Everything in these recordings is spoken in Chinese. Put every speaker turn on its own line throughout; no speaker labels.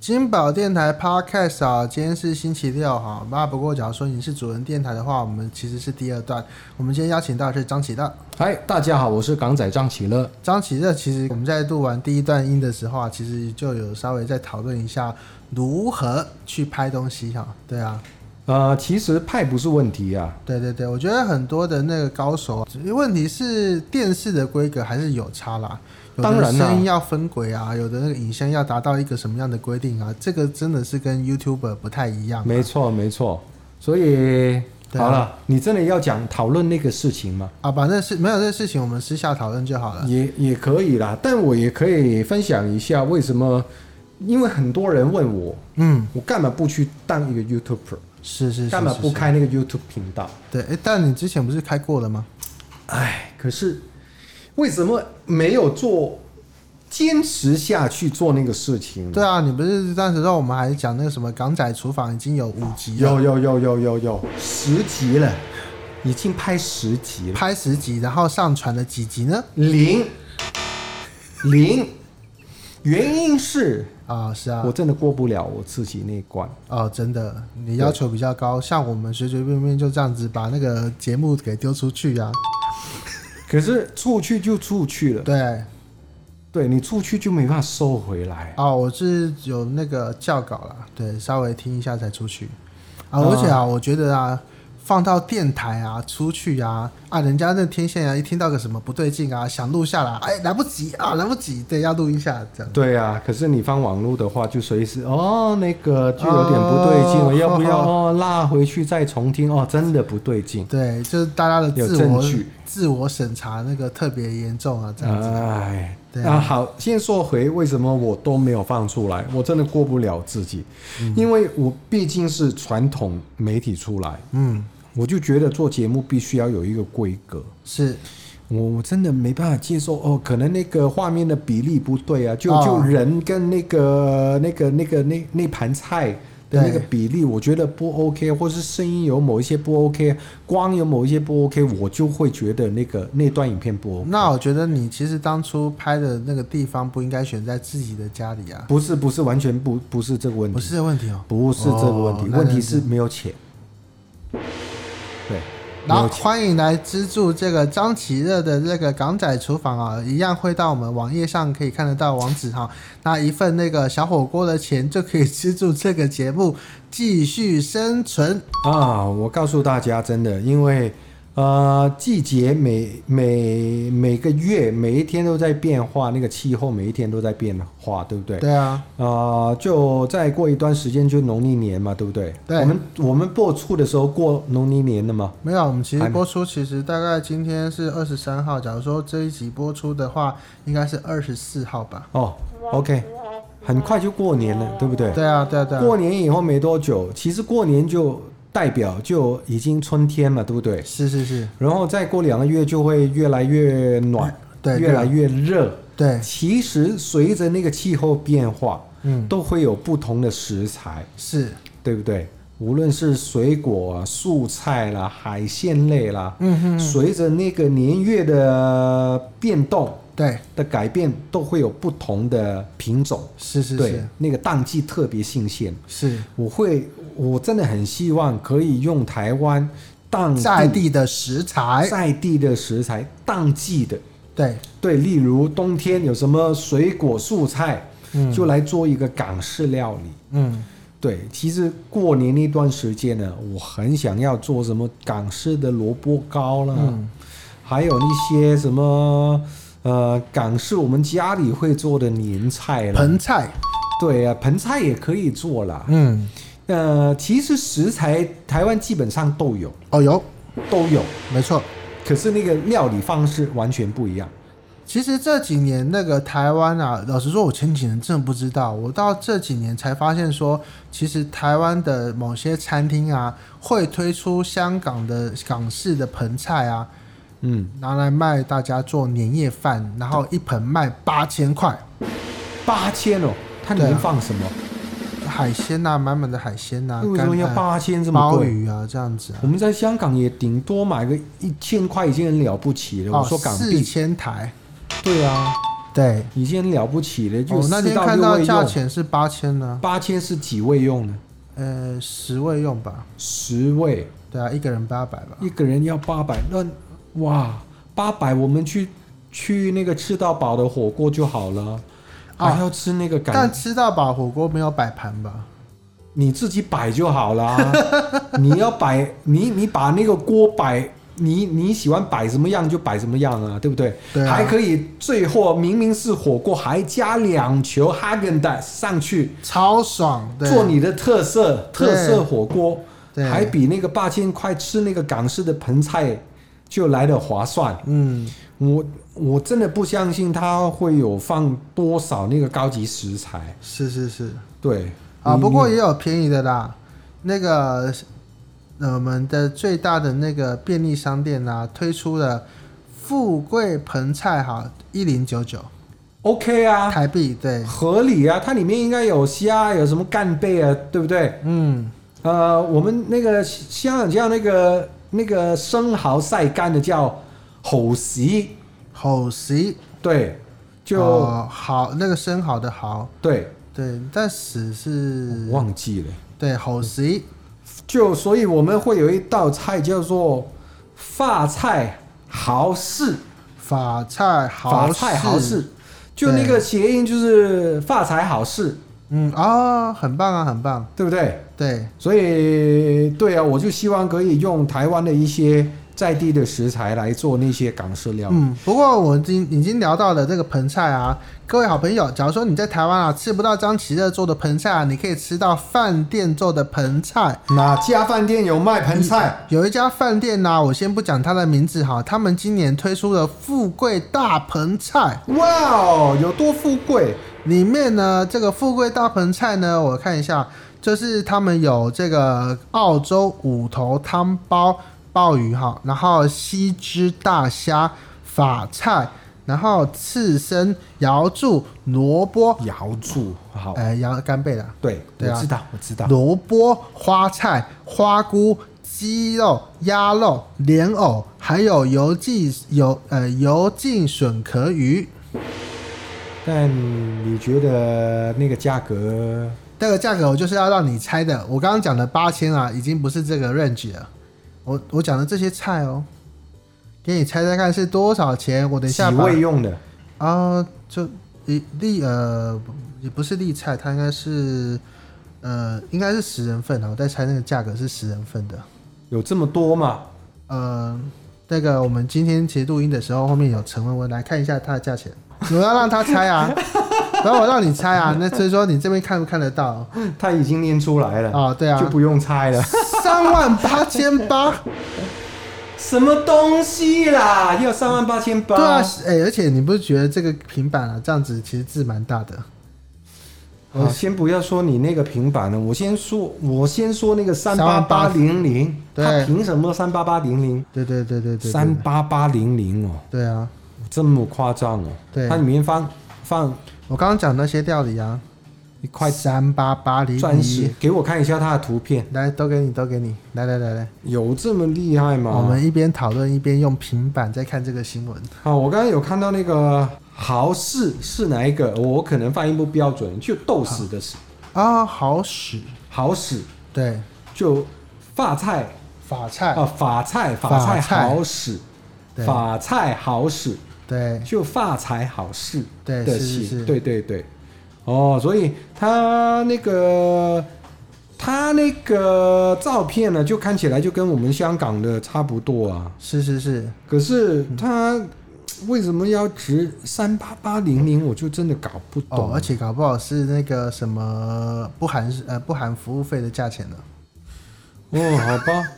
金宝电台 Podcast 啊，今天是星期六哈。那不过，假如说你是主人电台的话，我们其实是第二段。我们今天邀请到的是张启乐。
嗨，哎大家好，我是港仔张启乐。
张启乐其实我们在录完第一段音的时候啊，其实就有稍微在讨论一下如何去拍东西哈、对啊，
呃，其实派不是问题啊，
对对对，我觉得很多的那个高手啊，问题是电视的规格还是有差啦。有
当
的
然啦
声音要分轨啊，有的那个影像要达到一个什么样的规定啊？这个真的是跟 YouTuber 不太一样。
没错没错。所以、
对啊
好了，你真的要讲讨论那个事情吗？
啊，把那事没有这事情，我们私下讨论就好了。
也也可以啦，但我也可以分享一下为什么，因为很多人问我，
嗯，
我干嘛不去当一个 YouTuber，
是是是，
干嘛
是
不
是
开那个 YouTube 频道？
对，诶但你之前不是开过了吗？
哎，可是为什么没有做坚持下去做那个事情呢？
对啊，你不是当时候我们还讲那个什么港仔厨房已经有五集了，
有有有有有有十集了，已经拍十集了，
拍十集，然后上传了几集呢？
零零，原因是
啊，是啊
我，真的过不了我自己那一关。
哦，真的，你要求比较高，像我们随随便便就这样子把那个节目给丢出去啊。
可是出去就出去了，
对，
对你出去就没办法收回来。
哦，我是有那个教稿啦，对，稍微听一下才出去啊。
嗯
而且啊，我觉得啊，放到电台啊，出去啊，啊，人家那天线啊，一听到个什么不对劲啊，想录下来，哎，来不及啊，来不及，对，要录一下这样。
对啊，可是你放网络的话，就随时哦，那个就有点不对劲了，
哦
要不要
好
哦拉回去再重听？哦，真的不对劲。
对，就是大家的
有
自
证
我
据
自我审查那个特别严重啊，这样子。
哎，
对啊
啊，好，先说回为什么我都没有放出来，我真的过不了自己，
嗯
因为我毕竟是传统媒体出来，
嗯，
我就觉得做节目必须要有一个规格。
是
我我真的没办法接受哦，可能那个画面的比例不对啊，就、
哦
就人跟那个那个那个那那盘菜的那个
对
比例，我觉得不 OK，或是声音有某一些不 OK，光有某一些不 OK，我就会觉得那个那段影片不 OK。
那我觉得你其实当初拍的那个地方不应该选在自己的家里啊，
不是不是，完全不不是这个问
不
题，
是这问题哦。
不是这个问题，
哦那
问题
就是
是没有钱。对，没
然后
有钱。
欢迎来资助这个张启热的这个港仔厨房啊，一样会到我们网页上可以看得到网址哈。那一份那个小火锅的钱就可以资助这个节目继续生存。
啊，我告诉大家，真的，因为呃，季节每每每个月每一天都在变化，那个气候每一天都在变化，对不对？
对啊，
呃，就再过一段时间就农历年嘛，对不对？
对
我们我们播出的时候过农历年了嘛？
没有，我们其实
还没
播出其实大概今天是二十三号，假如说这一集播出的话，应该是二十四号吧？
哦，OK，很快就过年了，对不对？
对啊，对啊，对啊，
过年以后没多久，其实过年就代表就已经春天嘛，对不对？
是是是，
然后再过两个月就会越来越暖，
嗯对
越来越热。
对，
其实随着那个气候变化，
嗯，
都会有不同的食材，
是，
对不对？无论是水果啊、蔬菜啦、海鲜类啦，
嗯哼，
随着那个年月的变动
对，
的改变，都会有不同的品种。
是是
对
是，
那个淡季特别新鲜。
是，
我会，我真的很希望可以用台湾当
在地的食材，
在地的食材，当季的，
对，
对，例如冬天有什么水果蔬菜，
嗯
就来做一个港式料理。
嗯，
对，其实过年那段时间呢，我很想要做什么港式的萝卜糕啦，
嗯
还有一些什么呃港式我们家里会做的年菜啦，
盆菜，
对啊，盆菜也可以做啦。
嗯，
呃，其实食材台湾基本上都有，
哦有，
都有，
没错。
可是那个料理方式完全不一样。
其实这几年那个台湾啊，老实说，我前几年真的不知道，我到这几年才发现说，其实台湾的某些餐厅啊，会推出香港的港式的盆菜啊，
嗯，
拿来卖大家做年夜饭，然后一盆卖八千块，
八千哦，它里
对
面
啊
放什么？
海鲜呐、满满的海鲜呐、
为什
干
么要
饭
哎八千这么
鲍
贵？嗯
鱼啊这样子啊
我，们在香港也顶多买个一千块已经很了不起了。我说港
哦四
币，
千台，
对啊，
对，
已经很了不起了，就
哦，那
四
天
到
看
六
到
位
价
用，
钱是八千呢，
八千是几位用呢？
呃，十位用吧，
十位，
对啊，一个人八百吧，
一个人要八百，那哇，八百我们去去那个吃到饱的火锅就好了，
啊
还要吃那个感
但吃到饱火锅没有摆盘吧？
你自己摆就好啦。 你要摆，你你把那个锅摆，你你喜欢摆什么样就摆什么样啊，对不对？
对啊
还可以最后明明是火锅，还加两球哈根达斯上去
超爽，对，
做你的特色
对
特色火锅，
对
还比那个八千块吃那个港式的盆菜就来的划算。
嗯，
我我真的不相信他会有放多少那个高级食材，
是是是
对
啊，
嗯你
不
你
过也有便宜的啦，那个呃我们的最大的那个便利商店啊，推出了富贵盆菜哈，一零九九
OK 啊，
台币，对，
合理啊，它里面应该有虾，有什么干贝啊，对不对？
嗯，
呃，我们那个香港叫那个那个生蚝晒干的叫猴席，
好食
对，就、
哦好那个生蚝的蚝，
对，
对，但屎是
我忘记了。
对好食
就所以我们会有一道菜叫做发菜蚝式，
法菜
法
好
菜蚝
事，
式，就那个谐音就是发财好事，
嗯啊、哦，很棒啊，很棒，
对不对？
对，
所以，对啊，我就希望可以用台湾的一些在地的食材来做那些港式料理。
嗯，不过我已经已经聊到了这个盆菜啊，各位好朋友，假如说你在台湾啊吃不到张其乐做的盆菜啊，你可以吃到饭店做的盆菜。
哪家饭店有卖盆菜？
有一家饭店呢、啊我先不讲它的名字哈，他们今年推出了富贵大盆菜，
哇哦，有多富贵！
里面呢，这个富贵大盆菜呢，我看一下，就是他们有这个澳洲五头汤包鲍鱼哈，然后西汁大虾法菜，然后刺身瑶柱萝卜，
瑶柱好，
呃，瑶干贝啦，
哎对，
对啊
我知道，我知道。
萝卜花菜花菇。鸡肉、鸭肉、莲藕，还有油浸油呃油浸笋壳鱼，
但你觉得那个价格
这个价格我就是要让你猜的。我刚刚讲的八千啊，已经不是这个 range 了。我我讲的这些菜哦，给你猜猜看是多少钱？我等一
几
下把
位用的？
啊，就一粒呃，也不是粒菜，它应该是呃，应该是十人份啊。我在猜那个价格是十人份的。
有这么多吗？
呃，那个我们今天其实录音的时候，后面有陈文文来看一下它的价钱。我要让他猜啊，然后我让你猜啊，那所以说你这边看不看得到？
他已经念出来了，
哦，对啊，
就不用猜 了。
三万八千八，
什么东西啦？要三万八千八？
对啊，哎、而且你不是觉得这个平板啊，这样子其实字蛮大的，
我哦先不要说你那个平板了，我先说，我先说那个三八八零零
38800，
它凭什么三八八零零？
对对对对对，对
三，八八零零哦，
对啊，
这么夸张哦？
对
它里面放放
我刚刚讲那些料理啊，
一块
三八八零
钻石
一，，
给我看一下它的图片，
来，都给你，都给你，来来来来，
有这么厉害吗？
嗯我们一边讨论一边用平板在看这个新闻，
啊，我刚刚有看到那个豪氏是哪一个？我可能发音不标准，就豆豉的豉，
啊，好使，
豪豉
对，
就发菜
法菜，
啊，法菜
法
法菜
菜
好使，
对
法菜好使。
对
就发财好事
对
的
是是
喜
是
对对对，哦，所以他那个他那个照片呢，就看起来就跟我们香港的差不多啊。
是是是，
可是
嗯
他为什么要值三八八零零？我就真的搞不
哦，
懂。
而且搞不好是那个什么不含呃不含服务费的价钱呢，
哦，好 吧，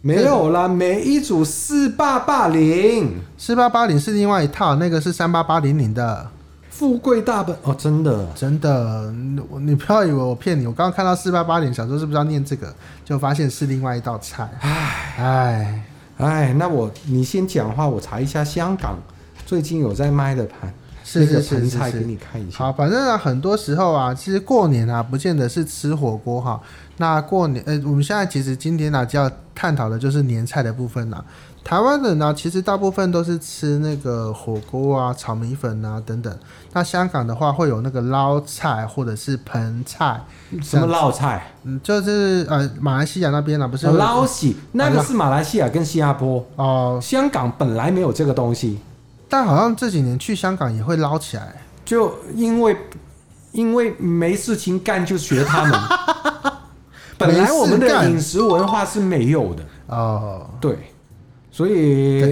没有啦，每一组四八八零，
四八八零是另外一套，那个是三八八零零的。
富贵大本哦，真的
真的，嗯我你不要以为我骗你，我刚刚看到四八八零，想说是不是要念这个，就发现是另外一道菜。唉唉，
哎，那我你先讲话，我查一下香港最近有在卖的盘
是
那个
是是
盆
是
菜
是
给你看一下。
好，反正啊，很多时候啊，其实过年啊，不见得是吃火锅哈。那过年，呃，我们现在其实今天呢、就要探讨的就是年菜的部分啦、台湾人呢、其实大部分都是吃那个火锅啊、炒米粉啊等等。那香港的话，会有那个捞菜或者是盆菜，
什么烙菜？
嗯，就是呃，马来西亚那边呢、不是会有
哦捞喜，那个是马来西亚跟新加坡，
哦、
香港本来没有这个东西，
但好像这几年去香港也会捞起来。
就因为因为没事情干就学他们。 本来我们
没事
的
干
饮食文化是没有的，
哦、
对，所
对，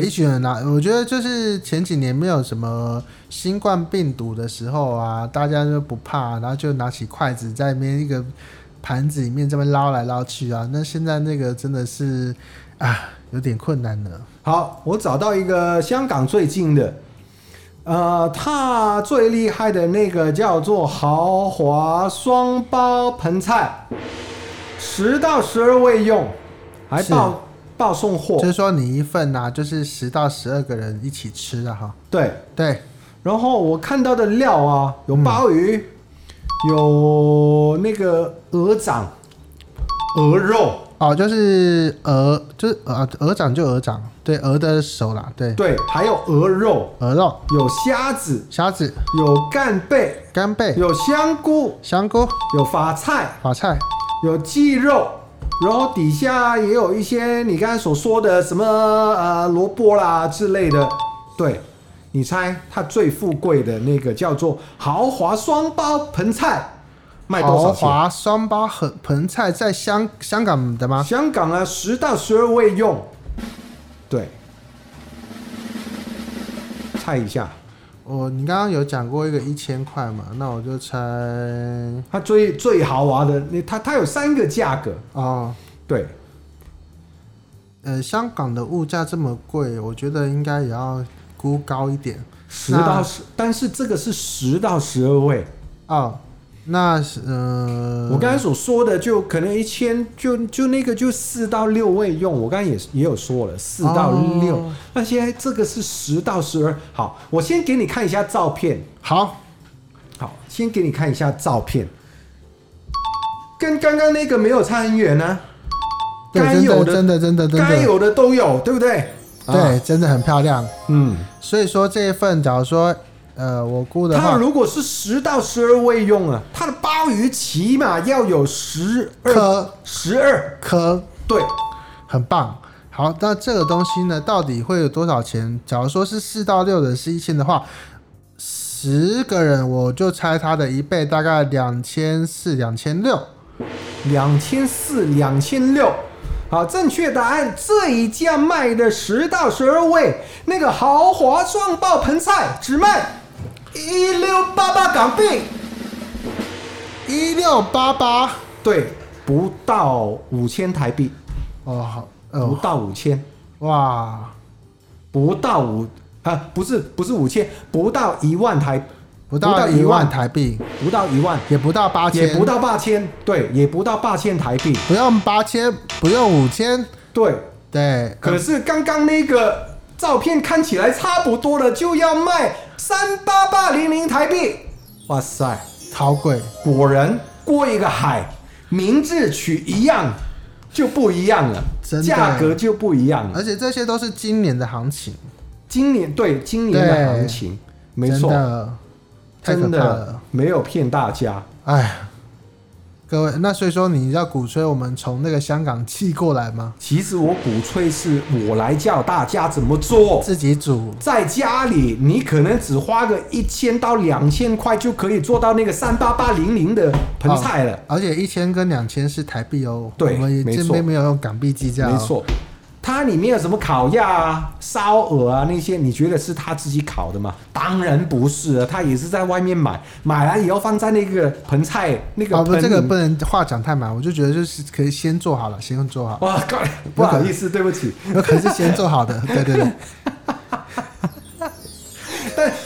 以
一群人啊，我觉得就是前几年没有什么新冠病毒的时候啊，大家就不怕，然后就拿起筷子在那边一个盘子里面这么捞来捞去啊。那现在那个真的是啊，有点困难了。
好，我找到一个香港最近的，呃，他最厉害的那个叫做豪华双包盆菜，十到十二位用，还
是
报报送货
就，是说你一份啊，就是十到十二个人一起吃啊，哈。
对。
对，
然后我看到的料啊，有鲍鱼，有那个鹅掌、鹅肉，
哦，就是鹅，就是鹅啊鹅掌就鹅掌，对，鹅的手啦，对，
对，还有鹅肉，
鹅肉、
有虾子，
虾子、
有干贝，
干贝、
有香菇，
香菇、
有法菜。
法菜，
有鸡肉，然后底下也有一些你刚才所说的什么呃萝卜啦之类的。对，你猜它最富贵的那个叫做豪华双包盆菜，卖多少
豪
钱？
华双八盆盆菜在香香港的吗？
香港啊，十到十二位用。对，猜一下，
我你刚刚有讲过一个一千块嘛，那我就猜
它最最豪华的，那它它有三个价格。
哦，
对，
呃，香港的物价这么贵，我觉得应该也要估高一点
十到十，但是这个是十到十二位。
哦。那是呃，
我刚才所说的，就可能一千，就就那个就四到六位用。我刚才也也有说了，四到六、
哦
那现在这个是十到十二。好，我先给你看一下照片。
好
好，先给你看一下照片，跟刚刚那个没有差很远呢、
对
该有的
真的真的真的
该
真的，
有的都有，对不对？啊
对，真的很漂亮。
嗯，
所以说这一份，假如说呃我估的
它
话，
如果是十到十二位用啊，它的鲍鱼起码要有十二，
颗
十二，
颗
对，
很棒。好，那这个东西呢，到底会有多少钱？假如说是四到六人是一千的话，十个人我就猜它的一倍，大概两千四、两千六。
两千四、两千六。好，正确答案这一家卖的十到十二位，那个豪华双爆盆菜只卖一六八八港币，
一六八八。
对，不到五千台币，
哦，好，
不
哦，
到五千，
哇，
不到五啊，不是不是五千，不到一万台，
不到一万，台币，
不到一万，
也不到八
也
千，
不到八千，对，也不到八千台币，
不用八千，不用五千，
对，
对，
可是刚刚那个照片看起来差不多了，就要卖三八八零零台币。哇塞，
呃好贵。
果然过一个海，名字取一样就不一样了
真，的
价格就不一样了。
而且这些都是今年的行情，
今年对今年
对
的行情，没
真
错，
的太可
真
怕了
的。没有骗大家。
哎，各位，那所以说你要鼓吹我们从那个香港寄过来吗？
其实我鼓吹是我来教大家怎么做。
自己煮
在家里，你可能只花个一千到两千块就可以做到那个三八八零零的盆菜了。
哦而且一千跟两千是台币哦，
对
我们也
没
这
错
边没有用港币计价、哦，
没，错，它里面有什么烤鸭啊、烧鹅啊那些，你觉得是他自己烤的吗？当然不是啊，他也是在外面买，买来以后放在那个盆菜那个
哦不，
盆里。
这个不能话讲太满，我就觉得就是可以先做好了，先做 好，
哇靠！不好意思，对不起。
有可能是先做好的，对对对，
但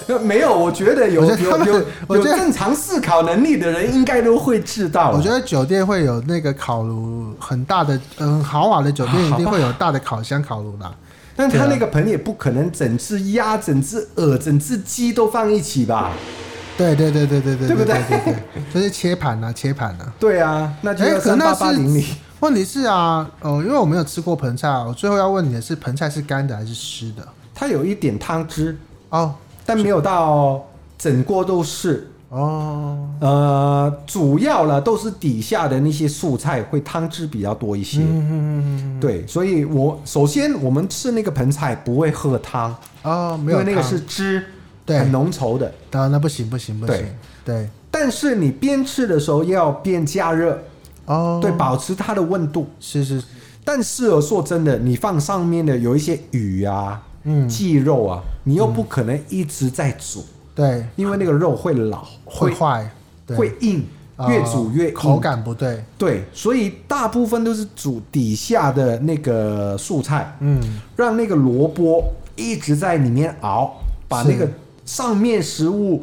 呃没有，我觉得有
我觉得他
有
们
有
我
有
觉得
正常思考能力的人应该都会知道。
我觉得酒店会 有那个烤炉，很大的，嗯，豪华的酒店一定会有大的烤箱烤炉啦。
但他
对啊
那个盆也不可能整只鸭、整只鹅、整只鸡都放一起吧？
对对对对对对
对不
对
对
对对，就是切盘呐、切盘呐、
对啊，那就
哎
要
可
三
那
八
是
八零零。
问题是啊，呃，因为我没有吃过盆菜啊，我最后要问你的是，盆菜是干的还是湿的？
它有一点汤汁，
哦
但没有到整锅都是。
哦，
呃，主要了都是底下的那些素菜会汤汁比较多一些。
嗯嗯嗯
对，所以我首先我们吃那个盆菜不会喝汤，
嗯，哦，没
因
有
为那个
汤
是汁，
对
很浓稠的。
啊，那不行不行不
对
行，对
但是你边吃的时候要边加热，
哦，
对，保持它的温度。
是是，
但是哦，说真的，你放上面的有一些鱼啊、
嗯，
鸡肉啊，你又不可能一直在煮，
对，
因为那个肉会老，
会
会
坏，对
会硬，
啊
越煮越硬。
口感不对，
对，所以大部分都是煮底下的那个素菜，
嗯，
让那个萝卜一直在里面熬，把
是
那个上面食物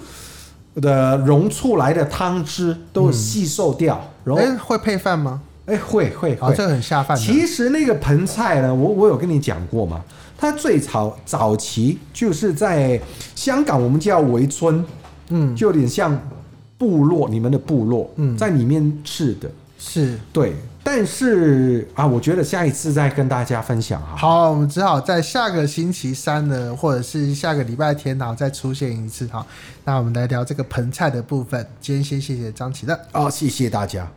的溶出来的汤汁都吸收掉，然后
嗯哎，会配饭吗？
哎会会
啊，这个
会。
很下饭的，
其实那个盆菜呢，我我有跟你讲过嘛，它最早早期就是在香港，我们叫围村，
嗯，
就有点像部落，你们的部落，
嗯
在里面吃的。
是。
对，但是啊，我觉得下一次再跟大家分享哈。
好，我们只好在下个星期三呢，或者是下个礼拜天呢，再出现一次哈。那我们来聊这个盆菜的部分。今天先谢谢张琪的。
哦，谢谢大家。